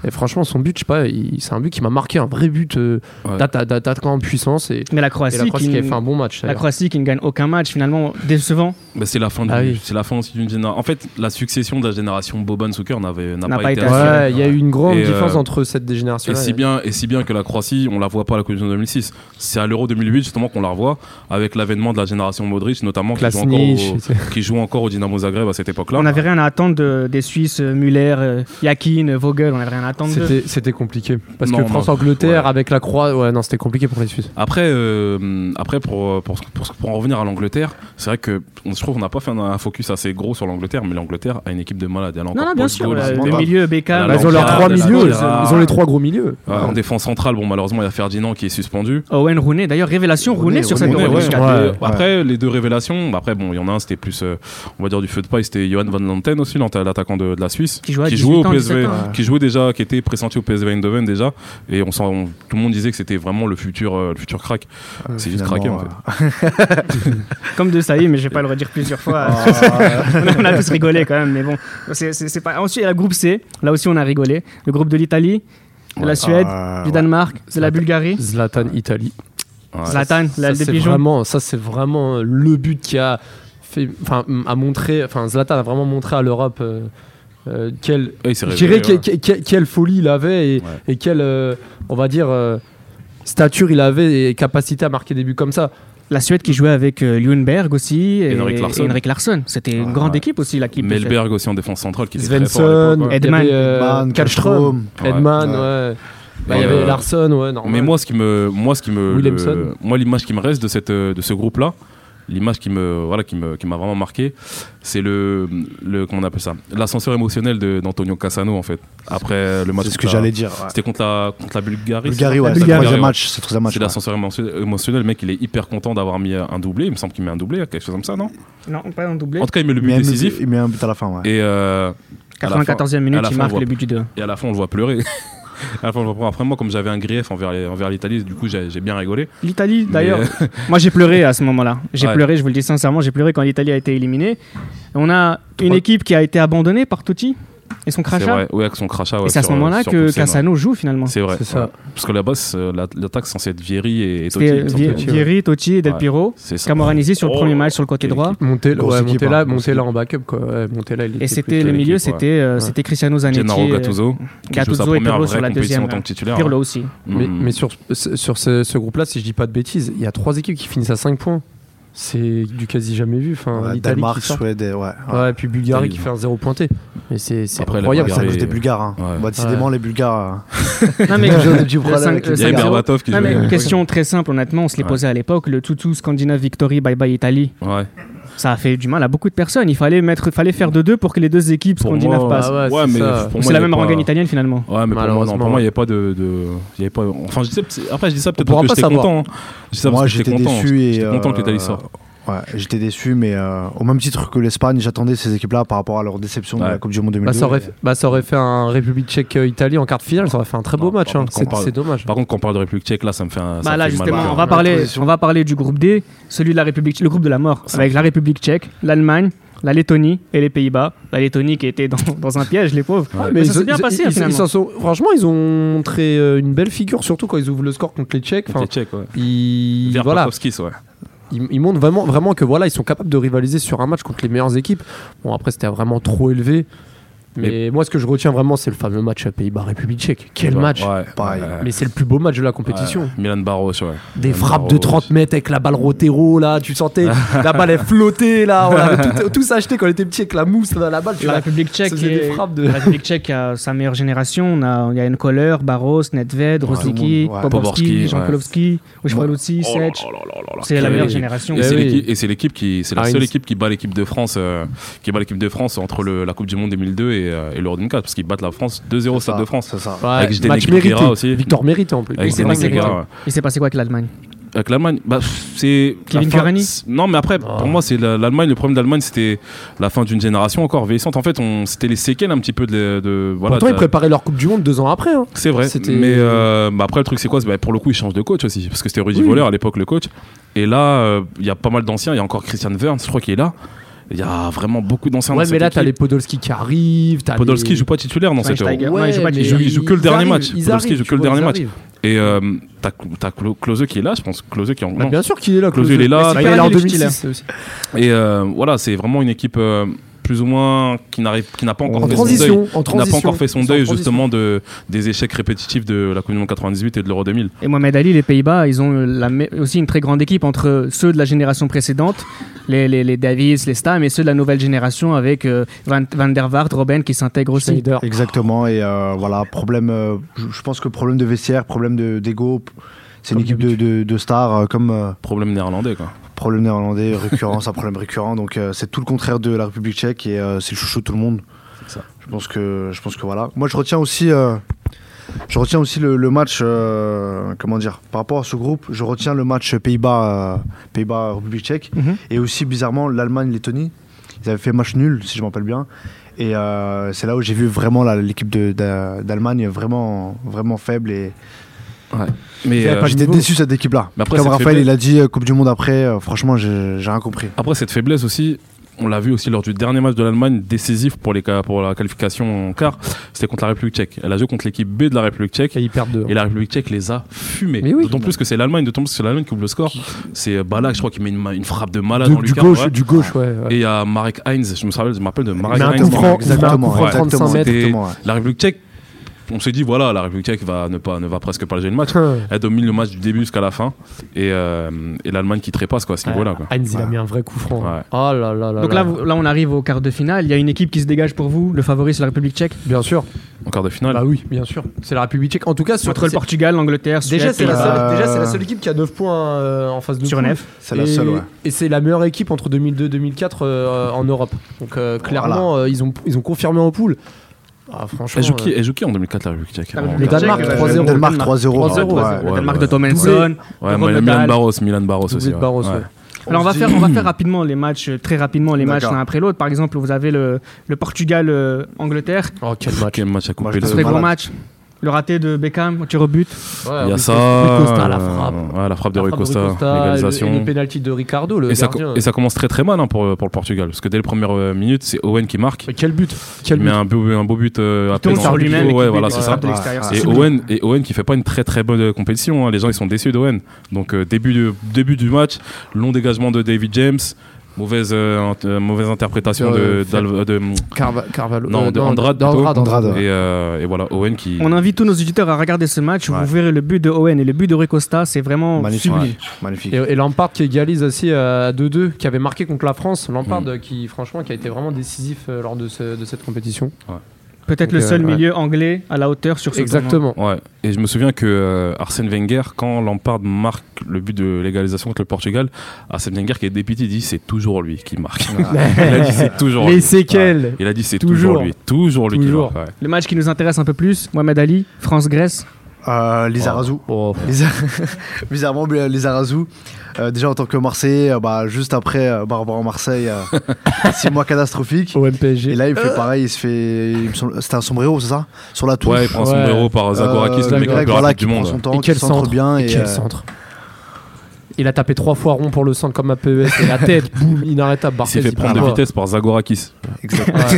Speaker 5: Et franchement, son but, je sais pas, il- c'est un but qui m'a marqué. Un vrai but euh,
Speaker 4: Ouais.
Speaker 5: d'atta- d'a- d'attaquant en puissance. Et,
Speaker 2: Mais la
Speaker 5: et
Speaker 2: Croatie,
Speaker 5: la Croatie
Speaker 2: qui,
Speaker 5: qui avait
Speaker 2: ne-
Speaker 5: fait un bon match.
Speaker 2: la
Speaker 5: d'ailleurs.
Speaker 2: Croatie qui ne gagne aucun match, finalement décevant,
Speaker 4: Bah, c'est la fin,
Speaker 5: Ah
Speaker 4: du-
Speaker 5: oui.
Speaker 4: c'est la fin aussi d'une génération. En fait, la succession de la génération Boban Souker n'avait- n'a
Speaker 2: N'a
Speaker 4: pas,
Speaker 2: pas
Speaker 4: été,
Speaker 2: été
Speaker 4: assurée.
Speaker 5: Ouais, il y a eu une grande
Speaker 4: Et, euh,
Speaker 5: différence entre cette génération
Speaker 4: Et si bien et si bien que la Croatie, on la voit pas à la Coupe du Monde 2006. C'est à l'Euro 2008 justement qu'on la revoit avec l'avènement de la génération Modric notamment qui joue, encore au, qui joue encore au Dynamo Zagreb à cette époque-là.
Speaker 2: on n'avait rien à attendre de- des Suisses, euh, Müller, euh, Yakin, euh, Vogel, on n'avait rien à attendre d'eux.
Speaker 5: C'était, c'était compliqué. Parce
Speaker 4: Non,
Speaker 5: que
Speaker 4: non,
Speaker 5: France-Angleterre
Speaker 4: ouais.
Speaker 5: avec la croix, ouais, non, c'était compliqué pour les Suisses.
Speaker 4: Après, euh, après pour, pour, pour, pour en revenir à l'Angleterre, c'est vrai que on- je trouve qu'on n'a pas fait un, un focus assez gros sur l'angleterre, mais l'Angleterre a une équipe de malades. Elle a
Speaker 2: Non,
Speaker 4: encore
Speaker 2: non, bien
Speaker 4: Paul
Speaker 2: sûr,
Speaker 4: Scholes,
Speaker 2: euh,
Speaker 4: etc.
Speaker 2: le milieu, Beckham,
Speaker 4: Bah,
Speaker 5: ils ont leurs
Speaker 4: Lampard,
Speaker 5: trois
Speaker 4: la
Speaker 5: milieux, ils
Speaker 4: Lampard.
Speaker 5: ont- ils ont les trois gros milieux.
Speaker 4: Ouais, en défense centrale, bon malheureusement il y a Ferdinand qui est suspendu.
Speaker 2: euh, Owen Rooney, d'ailleurs révélation Rooney,
Speaker 3: Rooney,
Speaker 2: sur cette
Speaker 3: Rooney,
Speaker 2: Euro
Speaker 4: Ouais, ouais,
Speaker 2: 2004.
Speaker 4: ouais. Euh,
Speaker 5: Ouais,
Speaker 4: Après, les deux révélations, bah après, bon, il y en a un, c'était plus, euh, on va dire, du feu de paille, c'était Johan Van Lanten aussi, l'ant- l'attaquant de, de la Suisse,
Speaker 2: Qui jouait à
Speaker 4: jouait au
Speaker 2: 18 ans,
Speaker 4: PSV,
Speaker 2: 17 ans,
Speaker 3: ouais.
Speaker 4: qui jouait déjà, qui était pressenti au PSV Eindhoven déjà, et on, s'en- on- tout le monde disait que c'était vraiment le futur, euh, le futur crack. C'est
Speaker 3: finalement,
Speaker 4: juste craqué en
Speaker 3: euh,
Speaker 4: fait.
Speaker 2: Comme de Saïd, mais je vais pas le redire plusieurs fois.
Speaker 4: Oh.
Speaker 2: *laughs* on a tous rigolé quand même, mais bon. c'est- c'est c'est pas... Ensuite, il y a le groupe C, là aussi on a rigolé. Le groupe de l'Italie, de la
Speaker 4: Ouais.
Speaker 2: Suède,
Speaker 3: euh,
Speaker 2: du Danemark, de la Bulgarie,
Speaker 5: Zlatan, Italie.
Speaker 4: Ouais.
Speaker 2: Zlatan,
Speaker 5: Ça,
Speaker 2: l'aile des
Speaker 5: c'est
Speaker 2: pigeons.
Speaker 5: vraiment, ça, c'est vraiment euh, le but qui a fait, enfin, m- a montré, enfin, Zlatan a vraiment montré à l'Europe euh, euh, quelle,
Speaker 4: Ouais, Ah, il s'est
Speaker 5: je
Speaker 4: révélé,
Speaker 5: dirais que-
Speaker 4: ouais.
Speaker 5: que- que- quelle folie il avait et,
Speaker 4: Ouais.
Speaker 5: et quelle, euh, on va dire, euh, stature il avait et capacité à marquer des buts comme ça.
Speaker 2: La Suède qui jouait avec euh, Ljungberg aussi. Et,
Speaker 4: Henrik Larsson.
Speaker 2: et Henrik Larsson. C'était une
Speaker 3: Ouais,
Speaker 2: grande
Speaker 4: ouais.
Speaker 2: équipe aussi, l'équipe. de Suède.
Speaker 4: Melberg aussi en défense centrale, qui était très fort à
Speaker 5: Svensson,
Speaker 4: l'époque, ouais.
Speaker 5: il y
Speaker 2: Edman.
Speaker 5: avait, euh,
Speaker 3: Mann, Kallström.
Speaker 5: Kallström,
Speaker 4: Ouais.
Speaker 5: Edman,
Speaker 3: Ouais.
Speaker 5: ouais. Bah, il y
Speaker 4: Et,
Speaker 5: avait
Speaker 4: euh,
Speaker 5: Larson, ouais, normal.
Speaker 4: Mais moi, ce qui me, moi, ce qui me,
Speaker 5: Williamson.
Speaker 4: le- moi, l'image qui me reste de cette, euh, de ce groupe-là, l'image qui me, voilà, qui me, qui m'a vraiment marqué, c'est le, le, comment on appelle ça, l'ascenseur émotionnel de- d'Antonio Cassano en fait. Après le match.
Speaker 3: C'est ce que
Speaker 4: contre la-
Speaker 3: j'allais dire. ouais.
Speaker 4: C'était contre la, contre la Bulgarie.
Speaker 3: Bulgarie,
Speaker 4: ça
Speaker 3: ouais, c'est le
Speaker 2: Bulgarie,
Speaker 3: troisième
Speaker 4: ouais.
Speaker 3: match. C'est le troisième match.
Speaker 4: C'est
Speaker 3: ouais.
Speaker 4: l'ascenseur émotionnel- émotionnel. Le mec, il est hyper content d'avoir mis un doublé. Il me semble qu'il met un doublé, quelque chose comme ça, non
Speaker 2: Non, pas en doublé.
Speaker 4: En tout cas, il met le
Speaker 3: Il met
Speaker 4: but
Speaker 3: un but-
Speaker 4: décisif.
Speaker 3: Il met un but à la fin, ouais.
Speaker 4: Et, euh, à la fin-
Speaker 2: 94e
Speaker 4: à
Speaker 2: minute,
Speaker 4: la
Speaker 2: il
Speaker 4: fin, on
Speaker 2: marque
Speaker 4: voit
Speaker 2: le but du 2.
Speaker 4: Et à la fin, on le voit pleurer. *laughs* À la fin, on le voit pleurer. Après, moi, comme j'avais un grief envers, les- envers l'Italie, du coup, j'ai j'ai bien rigolé.
Speaker 2: L'Italie,
Speaker 4: Mais, *laughs*
Speaker 2: d'ailleurs.
Speaker 4: euh,
Speaker 2: Moi, j'ai pleuré à ce moment-là. J'ai
Speaker 4: Ouais.
Speaker 2: pleuré, je vous le dis sincèrement, j'ai pleuré quand l'Italie a été éliminée. On a une
Speaker 5: Trois-
Speaker 2: équipe qui a été abandonnée par Totti et son
Speaker 4: C'est
Speaker 2: crachat.
Speaker 4: vrai, ouais, avec son crachat. ouais,
Speaker 2: et c'est à ce
Speaker 4: sur, euh,
Speaker 2: moment-là
Speaker 4: sur
Speaker 2: que
Speaker 4: Poulsen, ouais.
Speaker 2: Cassano joue finalement.
Speaker 4: C'est vrai.
Speaker 5: C'est ça.
Speaker 4: ouais. Parce que là-bas, c'est, euh, la- l'attaque, c'est censée être Vieri et, et Totti.
Speaker 2: C'était
Speaker 4: il me semble.
Speaker 2: Vi-
Speaker 5: Totti, ouais.
Speaker 2: Vieri, Totti et Del
Speaker 4: Ouais.
Speaker 2: Piero.
Speaker 4: C'est ça.
Speaker 2: Camoranesi sur le
Speaker 4: Oh.
Speaker 2: premier match sur le côté
Speaker 4: Quelle
Speaker 2: droit.
Speaker 5: Monter,
Speaker 3: Grosse
Speaker 5: ouais,
Speaker 3: équipe,
Speaker 5: monter là,
Speaker 3: hein, grosse
Speaker 5: monter là en backup quoi. Ouais, monter là, il
Speaker 2: Et
Speaker 5: était
Speaker 2: c'était
Speaker 5: plutôt-
Speaker 2: le milieu,
Speaker 4: ouais.
Speaker 2: c'était euh, c'était Cristiano Zanetti.
Speaker 4: Gennaro
Speaker 2: euh,
Speaker 4: Gattuso, qui joue sa
Speaker 2: Gattuso et
Speaker 4: première
Speaker 2: Pirlo
Speaker 4: vraie
Speaker 2: sur la
Speaker 4: compétition
Speaker 2: deuxième.
Speaker 4: en tant que titulaire.
Speaker 2: Pirlo
Speaker 4: *laughs*
Speaker 2: aussi.
Speaker 4: hein.
Speaker 5: Mais,
Speaker 4: Mm.
Speaker 5: mais sur, ce- sur ce, ce groupe-là, si je dis pas de bêtises, il y a trois équipes qui finissent à 5 points. c'est du quasi jamais vu. Enfin,
Speaker 3: Ouais,
Speaker 5: l'Italie
Speaker 3: Danemark,
Speaker 5: qui sort.
Speaker 3: Suède, et- ouais. ouais.
Speaker 5: Ouais, et puis Bulgarie
Speaker 4: Italie,
Speaker 5: qui fait un zéro pointé. Mais c'est c'est
Speaker 4: hein. Après, la
Speaker 5: incroyable.
Speaker 3: C'est à
Speaker 4: Bulgarie-
Speaker 3: cause des Bulgares. hein.
Speaker 4: Ouais.
Speaker 3: Bah, décidément, les Bulgares.
Speaker 2: Non,
Speaker 3: euh,
Speaker 2: mais,
Speaker 3: ils ont des petits
Speaker 2: Le
Speaker 3: problèmes
Speaker 2: cinq-
Speaker 3: avec les
Speaker 2: le
Speaker 4: Il y avait
Speaker 2: cinq-
Speaker 3: Bulgares.
Speaker 4: Berbatov qui
Speaker 2: Non, mais
Speaker 4: jouait.
Speaker 2: question très simple, honnêtement, on se les
Speaker 4: Ouais.
Speaker 2: posait à l'époque, le toutou Scandinave Victory Bye Bye Italie,
Speaker 4: Ouais.
Speaker 2: ça a fait du mal à beaucoup de personnes. Il fallait, mettre, fallait faire de deux pour que les deux équipes
Speaker 4: Pour
Speaker 2: Scandinave
Speaker 4: moi,
Speaker 2: passent.
Speaker 5: Ah ouais,
Speaker 4: Ouais,
Speaker 5: c'est
Speaker 4: mais
Speaker 5: ça.
Speaker 4: pour moi,
Speaker 2: C'est
Speaker 4: il y
Speaker 2: la
Speaker 4: a
Speaker 2: même
Speaker 4: pas-
Speaker 2: rengaine italienne finalement.
Speaker 4: Ouais, mais pour moi, non, pour
Speaker 5: Malheureusement,
Speaker 4: moi, il n'y avait pas de, de- il y avait pas. Enfin, je disais, peut- après, je dis ça peut-être
Speaker 5: pourra
Speaker 4: parce que
Speaker 5: pas
Speaker 4: j'étais
Speaker 5: savoir.
Speaker 4: content. hein. Je dis ça parce
Speaker 3: Moi,
Speaker 4: que j'étais
Speaker 3: j'étais
Speaker 4: content.
Speaker 3: déçu. et,
Speaker 4: J'étais content que
Speaker 3: euh,
Speaker 4: l'Italie sorte.
Speaker 3: Ouais, j'étais déçu, mais euh, au même titre que l'Espagne, j'attendais ces équipes-là par rapport à leur déception de
Speaker 4: Ouais.
Speaker 3: la Coupe du Monde 2002.
Speaker 5: Bah, ça, aurait, fait- bah, ça aurait fait un République tchèque-Italie en quart de finale, ça aurait fait un très beau
Speaker 4: Non, par
Speaker 5: match. hein.
Speaker 4: contre,
Speaker 5: C'est
Speaker 4: comparé-
Speaker 5: c'est dommage.
Speaker 4: Par contre, quand on parle de République tchèque, là, ça me fait un. ça
Speaker 2: Bah là
Speaker 4: me fait mal au
Speaker 2: justement,
Speaker 4: cœur.
Speaker 2: on va parler,
Speaker 3: position.
Speaker 2: on va parler du groupe D, celui de la République, le groupe de la mort,
Speaker 4: Ça.
Speaker 2: avec la République Tchèque, l'Allemagne, la Lettonie et les Pays-Bas. La Lettonie qui était dans, dans un piège, les pauvres.
Speaker 4: Ouais.
Speaker 2: Mais,
Speaker 5: ils
Speaker 2: ça s'est
Speaker 5: ont-
Speaker 2: bien
Speaker 5: ils-
Speaker 2: passé
Speaker 5: ils- ils
Speaker 2: finalement.
Speaker 5: s'en sont- franchement, ils ont montré euh, une belle figure, surtout quand ils ouvrent le score contre les Tchèques. Enfin,
Speaker 4: République tchèque, ouais.
Speaker 5: ils, voilà,
Speaker 4: Verpakovskis, ouais.
Speaker 5: ils, ils montrent vraiment, vraiment que voilà, ils sont capables de rivaliser sur un match contre les meilleures équipes. Bon, après, c'était vraiment trop élevé. Mais moi, ce que je retiens vraiment, c'est le fameux match à Pays-Bas-République tchèque. Quel
Speaker 4: Ouais,
Speaker 5: match
Speaker 4: ouais,
Speaker 3: Pareil.
Speaker 4: ouais,
Speaker 5: Mais c'est le plus beau match de la
Speaker 4: ouais.
Speaker 5: compétition.
Speaker 4: Ouais, Milan Barros, ouais.
Speaker 5: Des
Speaker 4: Milan
Speaker 5: frappes
Speaker 4: Barros.
Speaker 5: de 30 mètres avec la balle Rotero, là,
Speaker 4: *laughs*
Speaker 5: tu sentais la balle elle flottait, là. On avait tout- tous acheté quand on était petit avec la mousse, là, la balle, tu
Speaker 2: La
Speaker 5: la
Speaker 2: République Tchèque,
Speaker 5: faisait des
Speaker 2: est-
Speaker 5: frappes de-
Speaker 2: la République Tchèque a sa meilleure génération. On a, il y a Nkoller, Barros, Nedved, Rosicki,
Speaker 3: tout le monde, ouais.
Speaker 2: Poborski,
Speaker 4: Poborski,
Speaker 2: Jean
Speaker 4: ouais.
Speaker 2: Kolowski, Wojciech
Speaker 4: Oh là
Speaker 2: Sech.
Speaker 4: là là là là.
Speaker 2: C'est la
Speaker 4: Quel-
Speaker 2: meilleure génération.
Speaker 4: Et c'est
Speaker 5: Eh oui.
Speaker 4: l'équipe- Et c'est l'équipe qui, c'est la
Speaker 5: Ah,
Speaker 4: seule
Speaker 5: une-
Speaker 4: équipe qui bat l'équipe de France, euh, qui bat l'équipe de France entre le- la Coupe du Monde 2002 et, euh, et l'Euro 2004 parce qu'ils battent la France 2-0 au Stade de France.
Speaker 3: C'est ça.
Speaker 5: Ouais,
Speaker 4: Avec Zdenek
Speaker 5: match
Speaker 4: Guerra
Speaker 5: mérité.
Speaker 4: aussi.
Speaker 5: Victor mérité en plus.
Speaker 4: Avec
Speaker 2: c'est
Speaker 5: Victor
Speaker 4: Zdenek
Speaker 2: vrai,
Speaker 5: mérité.
Speaker 4: Guerra,
Speaker 2: vrai.
Speaker 4: ouais.
Speaker 2: Il s'est passé quoi avec l'Allemagne
Speaker 4: Avec l'Allemagne, bah, pff, c'est. la
Speaker 2: Kevin
Speaker 4: fin-
Speaker 2: Cavani
Speaker 4: c'est- Non, mais après,
Speaker 5: Ah.
Speaker 4: pour moi, c'est la- l'Allemagne. Le problème d'Allemagne, c'était la fin d'une génération encore vieillissante. En fait, on, c'était les séquelles un petit peu de. de- voilà,
Speaker 5: Pourtant,
Speaker 4: de
Speaker 5: ils
Speaker 4: la-
Speaker 5: préparaient leur Coupe du Monde deux ans après. hein.
Speaker 4: C'est vrai.
Speaker 5: C'était-
Speaker 4: Mais euh, bah, après, le truc, c'est quoi C'est, bah, Pour le coup, ils changent de coach aussi. Parce que c'était Rudy
Speaker 5: Oui.
Speaker 4: Voller à l'époque, le coach. Et là, euh, il y a pas mal d'anciens. Il y a encore Christian Werns, je crois, qui est là. Il y a vraiment beaucoup d'anciens
Speaker 5: Ouais,
Speaker 4: dans
Speaker 5: mais
Speaker 4: cette
Speaker 5: là, t'as
Speaker 4: équipe.
Speaker 5: les Podolski qui arrivent. t'as
Speaker 4: Podolski
Speaker 5: les-
Speaker 4: joue pas titulaire dans cette Euro.
Speaker 2: Schweinsteiger. Ouais, il joue pas
Speaker 5: mais
Speaker 4: Il joue- il joue que le
Speaker 5: ils
Speaker 4: dernier
Speaker 5: arrivent,
Speaker 4: match.
Speaker 5: ils
Speaker 4: Podolski
Speaker 5: arrivent,
Speaker 4: joue que
Speaker 5: tu
Speaker 4: le
Speaker 5: vois,
Speaker 4: dernier
Speaker 5: ils
Speaker 4: match.
Speaker 5: arrivent.
Speaker 4: Et euh, t'as, t'as Clo- Klose qui est là, je pense. Klose qui est en.
Speaker 5: Bah,
Speaker 4: non.
Speaker 5: Bien sûr qu'il est là.
Speaker 4: Klose,
Speaker 5: Klose.
Speaker 4: il est là.
Speaker 5: Mais
Speaker 2: Bah,
Speaker 5: il est là en 2006.
Speaker 2: Stiller.
Speaker 5: aussi.
Speaker 4: Et euh, voilà, c'est vraiment une équipe euh, plus ou moins qui n'arrive, qui n'a pas encore
Speaker 5: En
Speaker 4: fait son deuil.
Speaker 5: transition. En
Speaker 4: Qui n'a pas
Speaker 5: transition.
Speaker 4: encore fait son
Speaker 5: Ils sont en
Speaker 4: deuil
Speaker 5: transition.
Speaker 4: justement de, des échecs répétitifs de la Coupe du Monde 98 et de l'Euro 2000.
Speaker 2: Et Mohamed Ali, les Pays-Bas, ils ont la me- aussi une très grande équipe entre ceux de la génération précédente, les, les, les Davis, les Stam, et ceux de la nouvelle génération avec euh, Van, Van der Vaart, Robben qui s'intègre aussi.
Speaker 5: Schneider.
Speaker 3: Exactement. Et euh, voilà, problème. euh, je je pense que problème de vestiaire, problème de- d'ego. p- C'est une équipe de, de- de stars euh, comme euh,
Speaker 4: Problème néerlandais quoi.
Speaker 3: problème néerlandais, récurrent, c'est *laughs* un problème récurrent. Donc euh, c'est tout le contraire de la République tchèque et euh, c'est le chouchou de tout le monde.
Speaker 4: ça.
Speaker 3: Je pense que je pense que voilà. Moi je retiens aussi euh, je retiens aussi le, le match euh, comment dire par rapport à ce groupe. Je retiens le match Pays-Bas euh, Pays-Bas République tchèque
Speaker 2: Mhm.
Speaker 3: et aussi bizarrement l'Allemagne Lettonie. Ils avaient fait match nul si je m'appelle bien. Et euh, c'est là où j'ai vu vraiment la- l'équipe de- d'a- d'Allemagne vraiment vraiment faible et
Speaker 4: Mais euh,
Speaker 5: Pas de
Speaker 3: j'étais
Speaker 5: niveau.
Speaker 3: déçu de cette équipe là.
Speaker 4: Mais après,
Speaker 3: Comme
Speaker 4: cette
Speaker 3: Raphaël
Speaker 4: faiblesse-
Speaker 3: il a dit euh, Coupe du Monde après. euh, franchement j'ai j'ai rien compris.
Speaker 4: après cette faiblesse aussi, on l'a vu aussi lors du dernier match de l'Allemagne décisif pour les ca- pour la qualification en quart. C'était contre la République Tchèque. Elle a joué contre l'équipe B de la République Tchèque.
Speaker 5: Et ils perdent deux.
Speaker 4: Et la République tchèque les a fumés.
Speaker 5: Mais oui.
Speaker 4: D'autant plus que c'est l'Allemagne, d'autant plus que c'est l'Allemagne qui ouvre le score. C'est euh, Balak, je crois, qui met une, ma- une frappe de malade
Speaker 5: Du-
Speaker 4: dans
Speaker 5: du
Speaker 4: Lucas.
Speaker 5: gauche, du gauche, ouais. ouais.
Speaker 4: Et il y a Marek Heinz, je me rappelle, je me rappelle de Marek
Speaker 5: Mais un
Speaker 4: Heinz.
Speaker 5: coup franc,
Speaker 3: exactement,
Speaker 5: il met un coup franc,
Speaker 3: ouais,
Speaker 5: 35 mètres.
Speaker 4: C'était-
Speaker 3: exactement, ouais.
Speaker 4: La République tchèque, on s'est dit, voilà, la République tchèque va, ne, pas, ne va presque pas gérer le match. Elle domine le match du début jusqu'à la fin. Et, euh, et l'Allemagne qui trépasse quoi, à ce niveau-là. quoi.
Speaker 5: Heinz, il a
Speaker 3: Ouais.
Speaker 5: mis un vrai coup franc.
Speaker 4: Ouais.
Speaker 5: Ah là là là.
Speaker 2: Donc là, vous- là, on arrive au quart de finale. Il y a une équipe qui se dégage pour vous. Le favori, c'est la République tchèque.
Speaker 5: bien sûr.
Speaker 4: En quart de finale.
Speaker 5: Bah oui, bien sûr. C'est la République tchèque. En tout cas, sur
Speaker 2: Entre le
Speaker 5: c'est-
Speaker 2: Portugal, l'Angleterre, Suède,
Speaker 5: Déjà, c'est la,
Speaker 2: Pays-Bas,
Speaker 5: seule,
Speaker 3: Euh,
Speaker 5: déjà, c'est la seule équipe qui a 9 points euh, en face de
Speaker 2: sur
Speaker 5: poule.
Speaker 2: Nef.
Speaker 3: C'est la
Speaker 5: et,
Speaker 3: seule ouais.
Speaker 5: et c'est la meilleure équipe entre 2002-2004 euh, en Europe. Donc euh, clairement, euh, ils, ont, ils ont confirmé en poule. Ah, franchement,
Speaker 4: elle, joue qui,
Speaker 5: euh,
Speaker 4: elle joue qui en 2004, la République tchèque
Speaker 2: La
Speaker 4: En
Speaker 2: République
Speaker 4: quart.
Speaker 5: Danemark,
Speaker 2: tchèque, euh,
Speaker 5: 3-0.
Speaker 3: Danemark
Speaker 2: Danemark.
Speaker 3: 3-0.
Speaker 5: 3-0,
Speaker 3: ouais.
Speaker 5: ouais.
Speaker 2: Le Danemark
Speaker 4: ouais.
Speaker 2: de Tomenson.
Speaker 4: Ouais,
Speaker 2: Le
Speaker 4: mais
Speaker 2: Real
Speaker 4: Milan
Speaker 2: Madrid.
Speaker 4: Barros, Milan Barros aussi.
Speaker 5: doublé de
Speaker 4: ouais.
Speaker 5: euh, Barros,
Speaker 4: Ouais.
Speaker 5: ouais.
Speaker 2: Alors on va,
Speaker 3: se
Speaker 2: faire,
Speaker 3: dit-
Speaker 2: on va faire rapidement les matchs, euh, très rapidement les matchs
Speaker 3: D'accord.
Speaker 2: l'un après l'autre. Par exemple, vous avez le, le euh, Portugal-Angleterre.
Speaker 5: Oh, quel
Speaker 4: Pff,
Speaker 5: match.
Speaker 4: Quel match à
Speaker 3: Moi, je
Speaker 4: couper le
Speaker 3: Euh,
Speaker 2: Très
Speaker 4: souffle.
Speaker 2: gros
Speaker 3: malade.
Speaker 2: match. Le raté de Beckham, au tir au but.
Speaker 4: Il y a ça.
Speaker 5: Costa, la frappe.
Speaker 4: euh, ouais, la frappe de
Speaker 5: La
Speaker 4: Rui
Speaker 5: frappe de
Speaker 4: Costa,
Speaker 5: et le-
Speaker 4: l'égalisation.
Speaker 5: Et le penalty de Ricardo, le
Speaker 4: Et ça,
Speaker 5: gardien.
Speaker 4: et ça commence très très mal hein, pour, pour le Portugal, parce que dès les premières euh, minutes, c'est Owen qui marque.
Speaker 5: Mais quel but. Quel
Speaker 4: il met
Speaker 5: but.
Speaker 4: un beau, un beau but euh, à
Speaker 2: Il tourne
Speaker 4: peine
Speaker 2: sur
Speaker 4: en-
Speaker 2: lui-même. et
Speaker 4: Ouais,
Speaker 2: qui
Speaker 4: voilà,
Speaker 2: bute
Speaker 4: c'est
Speaker 2: et
Speaker 4: ça.
Speaker 2: frappe de l'extérieur.
Speaker 3: Ah,
Speaker 2: C'est
Speaker 4: Et
Speaker 2: sublime.
Speaker 4: Owen, et Owen qui fait pas une très très bonne euh, compétition, hein. les gens ils sont déçus d'Owen. Donc euh, début, de- début du match, long dégagement de David James, Mauvaise, euh, int- euh, mauvaise interprétation
Speaker 5: Euh,
Speaker 4: de, d'Al- de-
Speaker 5: Carva- Carvalho.
Speaker 4: Non,
Speaker 5: euh,
Speaker 4: de Andrade
Speaker 5: d'Andrade,
Speaker 4: plutôt.
Speaker 5: Andrade.
Speaker 3: Andrade.
Speaker 4: Et, euh, et voilà, Owen qui.
Speaker 2: On invite tous nos auditeurs à regarder ce match.
Speaker 4: Ouais.
Speaker 2: Vous verrez le but de Owen et le but de Rui Costa, c'est vraiment
Speaker 3: Magnifique.
Speaker 2: sublime.
Speaker 3: ouais. Magnifique.
Speaker 5: Et, et Lampard qui égalise aussi à 2-2, qui avait marqué contre la France. Lampard
Speaker 4: Mm.
Speaker 5: euh, qui, franchement, qui a été vraiment décisif euh, lors de, ce- de cette compétition.
Speaker 2: Peut-être
Speaker 5: Donc,
Speaker 2: le
Speaker 5: euh,
Speaker 2: seul
Speaker 5: ouais.
Speaker 2: milieu anglais à la hauteur sur ce tournoi.
Speaker 5: Exactement.
Speaker 4: Ouais. Et je me souviens que euh, Arsène Wenger, quand Lampard marque le but de l'égalisation contre le Portugal, Arsène Wenger qui est dépité il dit c'est toujours lui qui marque. *laughs* il a dit c'est toujours
Speaker 5: Les
Speaker 4: lui.
Speaker 5: séquelles
Speaker 4: Il a dit c'est toujours.
Speaker 5: Toujours.
Speaker 4: lui, toujours lui
Speaker 5: Toujours.
Speaker 4: qui marque. ouais.
Speaker 2: Le match qui nous intéresse un peu plus, Mohamed Ali, France-Grèce.
Speaker 3: Euh, les Arazou.
Speaker 5: Oh.
Speaker 3: Les Ar- *laughs* Bizarrement, mais, euh, les Arazou. euh, déjà en tant que Marseillais, euh, bah, juste après euh, Barbara en Marseille,
Speaker 4: *laughs*
Speaker 3: euh, six mois catastrophiques.
Speaker 5: Au
Speaker 3: Et
Speaker 5: MPSG.
Speaker 3: là, il fait pareil, il se fait. il me semble- C'était un sombrero, c'est ça Sur la touche.
Speaker 4: Ouais, il prend son
Speaker 5: Ouais.
Speaker 4: bureau par Zagorakis,
Speaker 3: Euh,
Speaker 4: le
Speaker 3: Greg,
Speaker 4: mec le plus rapide
Speaker 3: voilà,
Speaker 4: du
Speaker 3: qui prend
Speaker 4: monde.
Speaker 3: son temps,
Speaker 5: Et
Speaker 3: qui
Speaker 5: quel
Speaker 3: centre
Speaker 5: centre.
Speaker 3: bien.
Speaker 5: Et
Speaker 3: Et,
Speaker 5: quel
Speaker 3: euh, *laughs*
Speaker 5: centre Il a tapé trois fois rond pour le centre comme un PES et la tête, boum, inarrêtable.
Speaker 4: Il s'est
Speaker 5: Barthez,
Speaker 4: fait prendre de
Speaker 5: parle
Speaker 4: vitesse par Zagorakis.
Speaker 3: exact.
Speaker 5: pas.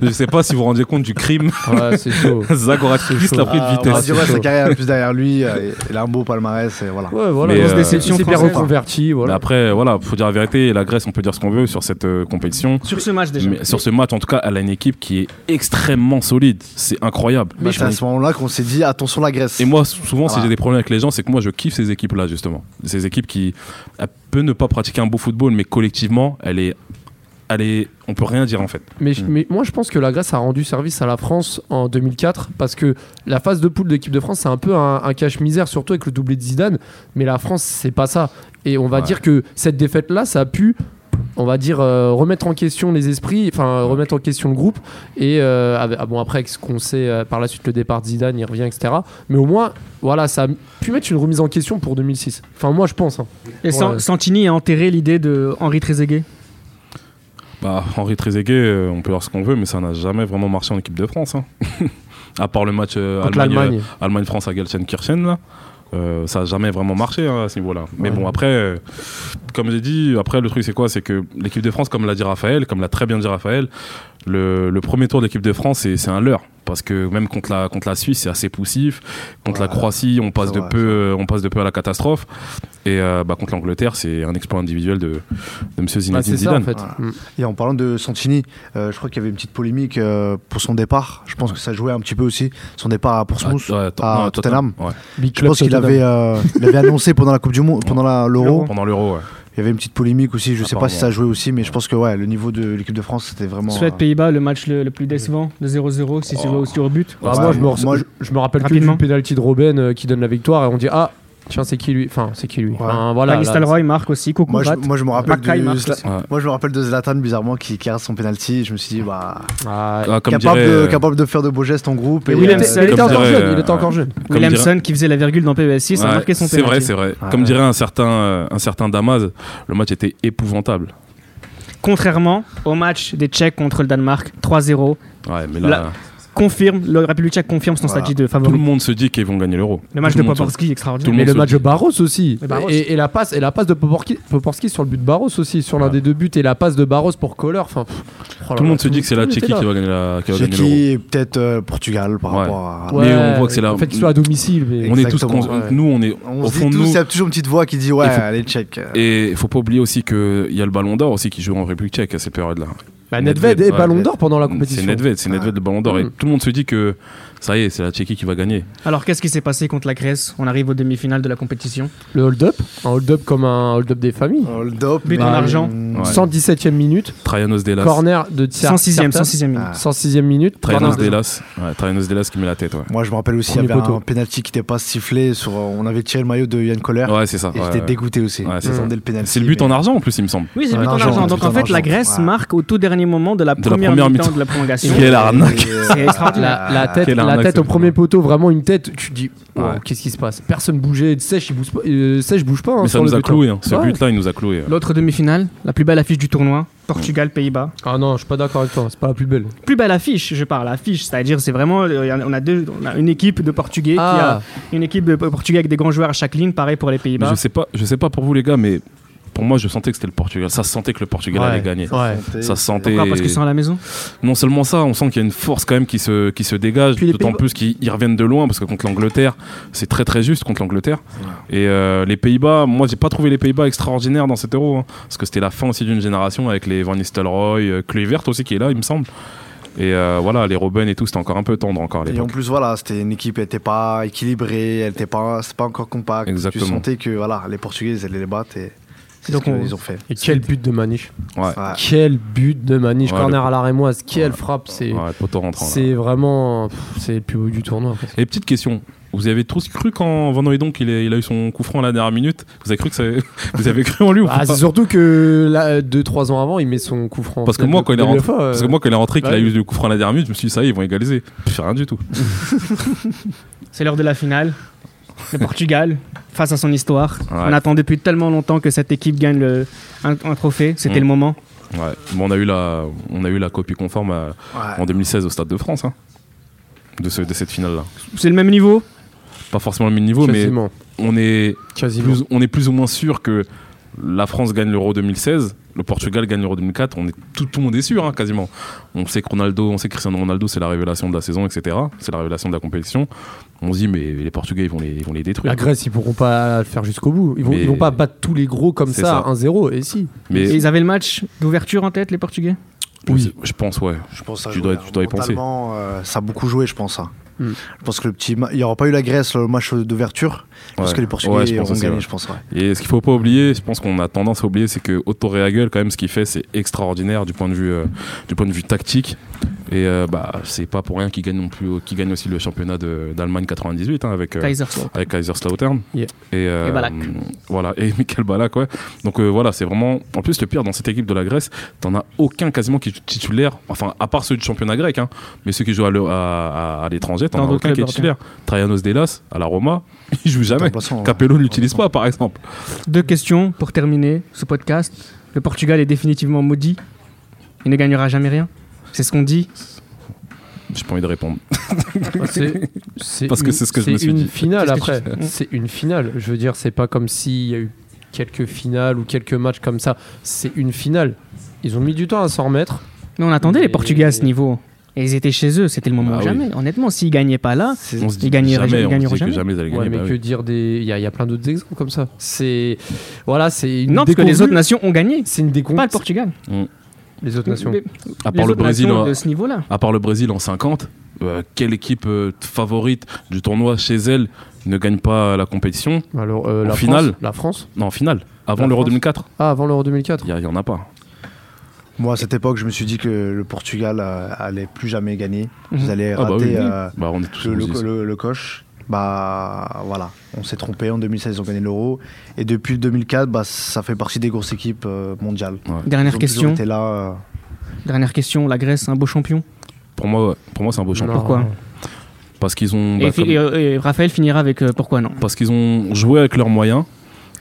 Speaker 4: Je sais pas si vous vous rendez compte du crime.
Speaker 5: Ouais, ouais, c'est chaud.
Speaker 4: Zagorakis l'a pris
Speaker 3: Ah,
Speaker 4: de
Speaker 3: on va
Speaker 4: vitesse.
Speaker 3: dire, ouais, sa carrière est plus derrière lui. euh, et- Il a un beau palmarès, et voilà.
Speaker 5: Ouais, voilà.
Speaker 4: Mais,
Speaker 5: grosse
Speaker 4: euh,
Speaker 5: déception. Il s'est bien
Speaker 2: française.
Speaker 5: reconverti.
Speaker 4: Mais
Speaker 5: Voilà.
Speaker 4: après, voilà, faut dire la vérité, la Grèce, on peut dire ce qu'on veut sur cette euh, compétition.
Speaker 2: Sur ce match déjà.
Speaker 4: Mais sur ce match, en tout cas, elle a une équipe qui est extrêmement solide. C'est incroyable.
Speaker 3: Bah, c'est à ce moment-là qu'on s'est dit attention la Grèce.
Speaker 4: Et moi, souvent, si
Speaker 3: Voilà.
Speaker 4: j'ai des problèmes avec les gens, c'est que moi, je kiffe ces équipes-là, justement. Ces équipes qui elles peuvent ne pas pratiquer un beau football, mais collectivement, elle est, elle est, on peut rien dire en fait.
Speaker 5: Mais, je-
Speaker 4: Mm.
Speaker 5: mais moi, je pense que la Grèce a rendu service à la France en 2004 parce que la phase de poule de l'équipe de France, c'est un peu un, un cache-misère, surtout avec le doublé de Zidane. Mais la France, c'est pas ça. Et on va
Speaker 4: Ouais.
Speaker 5: dire que cette défaite-là, ça a pu, on va dire, euh, remettre en question les esprits, enfin, remettre en question le groupe. Et euh, avec- ah bon, après, avec ce qu'on sait euh, par la suite, le départ de Zidane, il revient, etc. Mais au moins, voilà, ça a pu mettre une remise en question pour 2006. Enfin, moi, je pense. hein.
Speaker 2: Et San-
Speaker 5: Ouais.
Speaker 2: Santini a enterré l'idée de Henri Trezeguet.
Speaker 4: Bah, Henri Trezeguet, euh, on peut dire ce qu'on veut, mais ça n'a jamais vraiment marché en équipe de France. hein. *laughs* à part le match euh,
Speaker 5: Contre
Speaker 4: Allemagne-
Speaker 5: l'Allemagne.
Speaker 4: euh, Allemagne-France à Gelsenkirchen, là. euh, ça n'a jamais vraiment marché hein, à ce niveau-là. Mais
Speaker 5: Ouais.
Speaker 4: bon, après, euh, comme j'ai dit, après le truc c'est quoi C'est que l'équipe de France, comme l'a dit Raphaël, comme l'a très bien dit Raphaël, le, le premier tour de l'équipe de France, c'est c'est un leurre. Parce que même contre la, contre la Suisse, c'est assez poussif. Contre
Speaker 3: Ouais,
Speaker 4: la Croatie, on passe,
Speaker 3: c'est
Speaker 4: de
Speaker 3: vrai,
Speaker 4: peu, euh, on passe de peu à la catastrophe. Et euh, bah, contre l'Angleterre, c'est un exploit individuel de, de M.
Speaker 5: Ah,
Speaker 4: Zinedine
Speaker 5: c'est ça, en
Speaker 4: Zidane.
Speaker 5: fait.
Speaker 3: Voilà.
Speaker 5: Mm.
Speaker 3: Et en parlant de Santini, euh, je crois qu'il y avait une petite polémique euh, pour son départ. Je pense que ça jouait un petit peu aussi son départ à Portsmouth.
Speaker 4: Ah, ouais,
Speaker 3: à
Speaker 4: non,
Speaker 3: Tottenham.
Speaker 4: ouais.
Speaker 5: Big
Speaker 3: je
Speaker 5: club
Speaker 3: pense qu'il
Speaker 5: Tottenham.
Speaker 3: avait, euh, il avait annoncé pendant la Coupe du
Speaker 4: *laughs*
Speaker 3: Monde, pendant la- l'Euro.
Speaker 4: pendant l'Euro. Ah, ouais.
Speaker 3: Il y avait une petite polémique aussi. Je sais pas si
Speaker 4: Apparemment.
Speaker 3: ça jouait aussi, mais je pense que ouais, le niveau de l'équipe de France c'était vraiment. euh,
Speaker 2: Suède-Pays-Bas, le match le, le plus décevant, de 0-0, si tu
Speaker 4: Oh.
Speaker 2: vas au sur but.
Speaker 5: Ah,
Speaker 3: Ouais.
Speaker 5: moi, je me,
Speaker 3: Moi,
Speaker 5: je, je me rappelle
Speaker 2: Rapidement.
Speaker 5: que du penalty de Robben euh, qui donne la victoire et on dit ah tiens c'est qui lui enfin c'est qui lui
Speaker 3: Ouais.
Speaker 5: Enfin, voilà
Speaker 2: Van
Speaker 5: là,
Speaker 2: Nistelrooy marque aussi, coucou
Speaker 3: euh, moi, je,
Speaker 2: Bat.
Speaker 3: moi, je me rappelle
Speaker 2: Mackay
Speaker 3: de
Speaker 2: marque
Speaker 3: Zla-
Speaker 2: aussi.
Speaker 3: moi je me rappelle de Zlatan bizarrement qui, qui rate son penalty. Je me suis dit bah
Speaker 5: c'est- Ah,
Speaker 4: Ah, comme
Speaker 3: capable,
Speaker 4: dirait,
Speaker 3: de, capable de faire de beaux gestes en groupe.
Speaker 2: Et
Speaker 3: Et,
Speaker 2: William
Speaker 3: euh,
Speaker 5: il
Speaker 2: Saliba.
Speaker 5: était
Speaker 4: Comme
Speaker 5: encore
Speaker 4: dirait,
Speaker 5: jeune
Speaker 4: euh,
Speaker 5: il était encore jeune
Speaker 4: comme
Speaker 2: Williamson
Speaker 4: dirait-
Speaker 2: qui faisait la virgule dans PES6 a
Speaker 4: Ouais,
Speaker 2: marqué son
Speaker 4: C'est vrai,
Speaker 2: penalty.
Speaker 4: c'est vrai.
Speaker 3: Ouais.
Speaker 4: Comme dirait un certain, euh, un certain Damas, le match était épouvantable.
Speaker 2: Contrairement au match des Tchèques contre le Danemark, 3-0,
Speaker 4: Ouais, mais là,
Speaker 2: Là, confirme, le République Tchèque confirme son
Speaker 3: Voilà.
Speaker 2: statut de
Speaker 4: tout
Speaker 2: favori.
Speaker 4: le
Speaker 2: Le,
Speaker 4: monde se dit qu'ils vont gagner l'Euro.
Speaker 2: match
Speaker 4: Tout
Speaker 2: de
Speaker 4: le monde se-
Speaker 2: Popovski, extraordinaire.
Speaker 4: Tout
Speaker 5: mais
Speaker 4: le
Speaker 5: le
Speaker 4: monde
Speaker 5: match
Speaker 4: se
Speaker 5: de Barros aussi
Speaker 2: Et Barros.
Speaker 5: Et, et la passe et la passe de Poporski- Poporski sur le but de Barros aussi sur l'un
Speaker 4: Ouais.
Speaker 5: des deux buts et la passe de Barros pour Kohler enfin pff, oh là
Speaker 4: Tout le
Speaker 5: là,
Speaker 4: monde se dit que c'est la
Speaker 5: tout le monde
Speaker 4: Tchéquie
Speaker 5: était
Speaker 4: qui
Speaker 5: là.
Speaker 4: va gagner la- qui va gagner l'Euro.
Speaker 3: Tchéquie et peut-être euh, Portugal par
Speaker 4: Ouais.
Speaker 3: rapport à.
Speaker 4: Ouais. Mais on voit que c'est la-
Speaker 5: en fait ils sont à domicile mais
Speaker 4: On est tous,
Speaker 3: Exactement,
Speaker 4: cons-
Speaker 5: ouais.
Speaker 4: nous, on est
Speaker 3: On
Speaker 4: au
Speaker 3: se
Speaker 4: fond
Speaker 3: dit
Speaker 4: de
Speaker 3: tous, il
Speaker 4: nous.
Speaker 3: y a toujours une petite voix qui dit ouais,
Speaker 4: Il faut-
Speaker 3: allez check.
Speaker 4: Et faut pas oublier aussi qu'il y a le Ballon d'Or aussi qui joue en République Tchèque à ces périodes-là.
Speaker 5: Bah,
Speaker 4: Nedved,
Speaker 5: Nedved et
Speaker 4: ouais,
Speaker 5: Ballon
Speaker 3: Nedved.
Speaker 5: d'Or pendant la
Speaker 4: C'est
Speaker 5: compétition
Speaker 4: Nedved, c'est Nedved le Ballon d'Or. Et
Speaker 5: Mm.
Speaker 4: tout le monde se dit que ça y est, c'est la Tchéquie qui va gagner.
Speaker 2: Alors qu'est-ce qui s'est passé contre la Grèce On arrive aux demi-finales de la compétition.
Speaker 5: le hold-up un hold-up comme un hold-up des familles
Speaker 3: Hold up.
Speaker 2: But
Speaker 3: Euh, mais-
Speaker 2: en argent.
Speaker 3: Mm.
Speaker 4: Ouais.
Speaker 5: 117 e minute
Speaker 4: Traianos Delas.
Speaker 5: corner de
Speaker 2: 106e,
Speaker 5: 106
Speaker 2: 106e minute.
Speaker 3: Ah.
Speaker 5: 106e minute
Speaker 4: Traianos
Speaker 5: corner de-
Speaker 4: Delas. Ouais, Traianos Delas qui met la tête, ouais.
Speaker 3: Moi, je me rappelle aussi, il y
Speaker 5: Premier
Speaker 3: avait
Speaker 5: poteau.
Speaker 3: un penalty qui n'était pas sifflé. Sur, euh, on avait tiré le maillot de Yann Koller.
Speaker 4: Ouais, c'est ça.
Speaker 3: et
Speaker 4: ouais,
Speaker 3: j'étais
Speaker 4: ouais.
Speaker 3: dégoûté aussi.
Speaker 4: Ouais, c'est
Speaker 5: ça.
Speaker 3: J'attendais le penalty,
Speaker 4: C'est le but
Speaker 3: mais- *laughs*
Speaker 4: en argent en plus, il me semble.
Speaker 2: Oui, c'est
Speaker 3: Ouais,
Speaker 2: le but en
Speaker 3: l'argent,
Speaker 2: argent.
Speaker 3: le
Speaker 2: Donc
Speaker 3: but
Speaker 2: en
Speaker 3: en
Speaker 2: fait,
Speaker 3: argent,
Speaker 2: la Grèce
Speaker 3: ouais.
Speaker 2: marque au tout dernier moment de la
Speaker 4: De la
Speaker 2: première,
Speaker 4: première
Speaker 2: mi-temps
Speaker 4: mi-temps.
Speaker 2: de la prolongation.
Speaker 4: Quelle arnaque.
Speaker 3: Et, euh,
Speaker 2: C'est extraordinaire.
Speaker 5: La, la tête,
Speaker 4: Quelle
Speaker 5: la
Speaker 4: Ah, arnaque,
Speaker 5: tête
Speaker 4: ça.
Speaker 5: au premier poteau, vraiment une tête. Tu te dis, oh,
Speaker 4: Ouais.
Speaker 5: qu'est-ce qui se passe Personne bougeait. Sèche, il bouge pas. euh, Sèche bouge pas. hein,
Speaker 4: Mais
Speaker 5: sur
Speaker 4: ça nous
Speaker 5: le
Speaker 4: a
Speaker 5: butin.
Speaker 4: cloué. hein. Ce
Speaker 5: Ouais.
Speaker 4: but-là, il nous a cloué. ouais.
Speaker 2: L'autre demi-finale, la plus belle affiche du tournoi, Portugal-Pays-Bas.
Speaker 5: Ah non, je suis pas d'accord avec toi. C'est pas la plus belle.
Speaker 2: Plus belle affiche, je parle affiche, c'est-à-dire c'est vraiment euh, on a deux, on a une équipe de Portugais qui a
Speaker 5: Ah,
Speaker 2: une équipe de Portugais avec des grands joueurs à chaque ligne, pareil pour les
Speaker 4: Mais
Speaker 2: Pays-Bas.
Speaker 4: je sais pas, je sais pas pour vous les gars, mais pour moi, je sentais que c'était le Portugal. Ça se sentait que le Portugal
Speaker 5: Ouais.
Speaker 4: allait gagner.
Speaker 5: Ouais.
Speaker 4: Ça se sentait.
Speaker 2: Pourquoi Parce qu'ils sont à la maison
Speaker 4: Non seulement ça, on sent qu'il y a une force quand même qui se, qui se dégage,
Speaker 5: Puis les
Speaker 4: d'autant
Speaker 5: Pays-Bas-
Speaker 4: plus qu'ils ils reviennent de loin, parce que contre l'Angleterre, c'est très très juste contre l'Angleterre. Et euh, les Pays-Bas, moi j'ai pas trouvé les Pays-Bas extraordinaires dans cet euro, hein, parce que c'était la fin aussi d'une génération avec les Van Nistelrooy, euh, Kluivert aussi qui est là, il me semble. Et euh, voilà, les Robben et tout, c'était encore un peu tendre encore à
Speaker 3: Et en
Speaker 4: l'époque.
Speaker 3: plus, voilà, c'était une équipe, elle n'était pas équilibrée, elle n'était pas, c'était pas encore compacte.
Speaker 4: Exactement.
Speaker 3: Tu sentais que voilà, les Portugais, ils allaient les battre et c'est ce
Speaker 5: Donc on-
Speaker 3: qu'ils ont fait.
Speaker 5: Et quel but de Maniche
Speaker 4: Ouais,
Speaker 3: Ouais.
Speaker 5: Quel but de Maniche
Speaker 4: Ouais,
Speaker 5: Corner à la Rémoise, quelle
Speaker 4: Ouais.
Speaker 5: frappe C'est
Speaker 4: ouais, poteau rentrant. là.
Speaker 5: c'est vraiment pff, c'est le plus beau du
Speaker 4: *laughs*
Speaker 5: tournoi. en fait.
Speaker 4: Et petite question, vous y avez tous cru quand Van Hooydonk il, est- il a eu son coup franc à la dernière minute Vous avez cru que ça... *laughs* vous avez cru en lui ou
Speaker 5: Ah,
Speaker 4: pas
Speaker 5: c'est surtout que là, 2-3 ans avant, il met son coup franc. en
Speaker 4: Parce que
Speaker 5: finale
Speaker 4: moi,
Speaker 5: de
Speaker 4: quand il est
Speaker 5: Coupe de
Speaker 4: rentré-
Speaker 5: l'UEFA, euh,
Speaker 4: Parce que moi, quand il est rentré, qu'il a
Speaker 5: Ouais.
Speaker 4: eu le coup franc à la dernière minute, je me suis dit, ça y est, ils vont égaliser. Je fais bah rien du tout.
Speaker 2: C'est l'heure de la finale. Le
Speaker 4: *laughs*
Speaker 2: Portugal, face à son histoire.
Speaker 4: Ouais.
Speaker 2: On attend depuis tellement longtemps que cette équipe gagne le, un, un trophée. C'était
Speaker 4: Mm.
Speaker 2: le moment.
Speaker 4: Ouais. Bon, on, a eu la, on a eu la copie conforme à-
Speaker 3: Ouais.
Speaker 4: en 2016 au Stade de France, hein, de, ce- de cette finale-là.
Speaker 2: C'est le même niveau.
Speaker 4: Pas forcément le même niveau, mais
Speaker 5: euh, quasiment,
Speaker 4: on est,
Speaker 5: quasiment.
Speaker 4: plus, on est plus ou moins sûr que la France gagne l'Euro 2016, le Portugal gagne l'Euro 2004. On est, tout, tout le monde est sûr, hein, quasiment. On sait que Ronaldo, on sait que Cristiano Ronaldo, c'est la révélation de la saison, etc. C'est la révélation de la compétition. On se dit, mais les Portugais, ils vont les, ils vont les détruire.
Speaker 5: La Grèce, ils pourront pas le faire jusqu'au bout. Ils vont,
Speaker 4: Mais-
Speaker 5: ils vont pas battre tous les gros comme
Speaker 4: C'est
Speaker 5: ça,
Speaker 4: ça.
Speaker 5: 1-0. Et si
Speaker 4: Mais
Speaker 2: Et ils avaient le match d'ouverture en tête, les Portugais.
Speaker 4: oui. je pense, ouais.
Speaker 3: Je pense que ça
Speaker 4: Tu
Speaker 3: joue,
Speaker 4: dois-
Speaker 3: là.
Speaker 4: tu dois y penser.
Speaker 3: Mentalement, euh, ça a beaucoup joué, je pense. hein.
Speaker 5: Hmm.
Speaker 3: Je pense que le petit, ma- il n'y aura pas eu la Grèce le match d'ouverture. Parce
Speaker 4: Ouais.
Speaker 3: que les Portugais
Speaker 4: Ouais, je pense
Speaker 3: auront
Speaker 4: aussi,
Speaker 3: gagné,
Speaker 4: ouais. Ah,
Speaker 3: je pense. ouais.
Speaker 4: Et ce qu'il faut pas oublier, je pense qu'on a tendance à oublier, c'est que Otto Rehagel, quand même, ce qu'il fait, c'est extraordinaire du point de vue, euh, du point de vue tactique. Et euh, bah, c'est pas pour rien qu'il gagne non plus, qu'il gagne aussi le championnat de- d'Allemagne 98 hein, avec. euh,
Speaker 2: Kaiserslautern.
Speaker 4: avec Kaiserslautern
Speaker 5: Yeah.
Speaker 4: et, euh,
Speaker 2: Et Ballack.
Speaker 4: voilà et Michael Ballack ouais donc euh, voilà c'est vraiment en plus le pire dans cette équipe de la Grèce t'en as aucun quasiment qui est titulaire enfin à part ceux du championnat grec hein, mais ceux qui jouent à le- à, à- à l'étranger t'en
Speaker 2: Dans
Speaker 4: as
Speaker 2: d'autres
Speaker 4: aucun qui est
Speaker 2: clubs
Speaker 4: titulaire Traianos Delas à la Roma *laughs* il joue
Speaker 3: De
Speaker 4: jamais
Speaker 3: toute façon,
Speaker 4: Capello ne l'utilise pas par exemple
Speaker 2: Deux questions pour terminer ce podcast. Le Portugal est définitivement maudit. Il ne gagnera jamais rien. C'est ce qu'on dit.
Speaker 4: J'ai pas envie de répondre.
Speaker 5: C'est- c'est
Speaker 4: Parce que
Speaker 5: une-
Speaker 4: c'est ce que je me suis
Speaker 5: une
Speaker 4: dit.
Speaker 5: finale
Speaker 2: C'est ce que
Speaker 5: après. C'est une finale. Je veux dire, c'est pas comme s'il y a eu quelques finales ou quelques matchs comme ça. C'est une finale. Ils ont mis du temps à s'en remettre.
Speaker 2: Mais on attendait les
Speaker 5: Mais-
Speaker 2: Portugais à ce niveau. Et ils étaient chez eux. C'était le moment
Speaker 4: Bah
Speaker 2: ou
Speaker 4: oui.
Speaker 2: jamais. Honnêtement, s'ils gagnaient pas là,
Speaker 3: c'est-
Speaker 4: On se dit
Speaker 2: Ils gagneraient-
Speaker 4: jamais,
Speaker 2: ils
Speaker 4: on
Speaker 2: gagneront
Speaker 4: se dit que
Speaker 2: jamais.
Speaker 4: jamais ils allaient
Speaker 5: Ouais,
Speaker 4: gagner.
Speaker 5: mais
Speaker 4: bah
Speaker 5: que
Speaker 4: oui.
Speaker 5: dire des. Il y, a- il y a plein d'autres exemples comme ça. C'est. Voilà, c'est une.
Speaker 2: non, parce que les
Speaker 5: déconvenue.
Speaker 2: autres nations ont gagné.
Speaker 5: C'est une déconvenue.
Speaker 2: Pas le Portugal.
Speaker 5: Les autres nations.
Speaker 2: Mais-
Speaker 4: À
Speaker 2: les
Speaker 4: part le
Speaker 2: autres
Speaker 4: Brésil, hein.
Speaker 2: nations
Speaker 4: en-
Speaker 2: de ce niveau-là.
Speaker 4: à part le Brésil en 50, euh, quelle équipe euh, favorite du tournoi chez elle ne gagne pas la compétition
Speaker 5: Alors, euh,
Speaker 4: En
Speaker 5: la France-
Speaker 4: finale.
Speaker 5: La France.
Speaker 4: Non, en finale. Avant
Speaker 5: La
Speaker 4: l'Euro
Speaker 5: France
Speaker 4: 2004,
Speaker 5: Ah, avant l'Euro 2004.
Speaker 4: il y, a- il y en a pas.
Speaker 3: Moi, à cette époque, je me suis dit que le Portugal euh, allait plus jamais gagner.
Speaker 2: Mhm.
Speaker 3: Ils allaient
Speaker 4: Ah bah
Speaker 3: rater
Speaker 4: oui.
Speaker 3: euh,
Speaker 4: Bah, on est tous
Speaker 3: le,
Speaker 4: on
Speaker 3: le-
Speaker 4: se dit ça.
Speaker 3: le- le coche. Bah voilà, on s'est trompé. En 2016, ils ont gagné l'euro. Et depuis 2004, bah, ça fait partie des grosses équipes euh, mondiales. Ils
Speaker 2: Dernière
Speaker 3: ont
Speaker 2: question.
Speaker 3: toujours été là. euh,
Speaker 2: Dernière question. La Grèce, un beau champion.
Speaker 4: Pour moi, ouais. pour moi c'est un beau champion.
Speaker 5: Non.
Speaker 2: Pourquoi
Speaker 4: Parce qu'ils ont, bah,
Speaker 2: et, fi-
Speaker 4: comme-
Speaker 2: et, euh, et Raphaël finira avec euh, pourquoi non.
Speaker 4: parce qu'ils ont joué avec leurs moyens.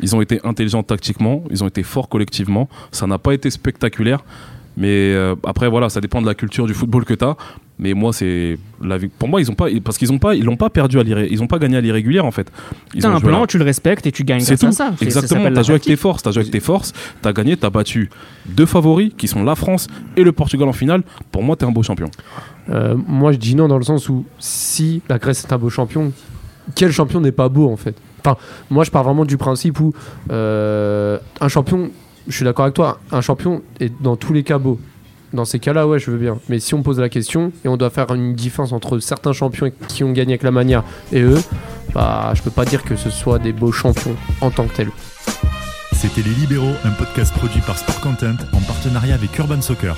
Speaker 4: Ils ont été intelligents tactiquement, ils ont été forts collectivement. Ça n'a pas été spectaculaire, mais euh, après voilà, ça dépend de la culture du football que tu as. Mais moi c'est la vie- pour moi ils ont pas parce qu'ils ont pas ils l'ont pas perdu à l'irré- ils ont pas gagné à l'irrégulière en fait. Ils
Speaker 2: T'as
Speaker 4: ont
Speaker 2: un
Speaker 4: joué à la-
Speaker 2: plan, tu le respectes et tu gagnes
Speaker 4: C'est
Speaker 2: grâce
Speaker 4: tout.
Speaker 2: à ça. C'est- ça
Speaker 4: Exactement.
Speaker 2: s'appelle
Speaker 4: T'as
Speaker 2: la
Speaker 4: joué avec tes
Speaker 2: tactique.
Speaker 4: forces. T'as joué avec tes forces. T'as gagné. T'as battu deux favoris qui sont la France et le Portugal en finale. Pour moi, t'es un beau champion.
Speaker 5: Euh, moi, je dis non dans le sens où si la Grèce est un beau champion, quel champion n'est pas beau en fait Enfin, moi, je pars vraiment du principe où euh, un champion, je suis d'accord avec toi, un champion est dans tous les cas beau. Dans ces cas-là, ouais, je veux bien. Mais si on pose la question et on doit faire une différence entre certains champions qui ont gagné avec la manière et eux, bah, je peux pas dire que ce soit des beaux champions en tant que tels.
Speaker 6: C'était Les Libéraux, un podcast produit par Sport Content en partenariat avec Urban Soccer.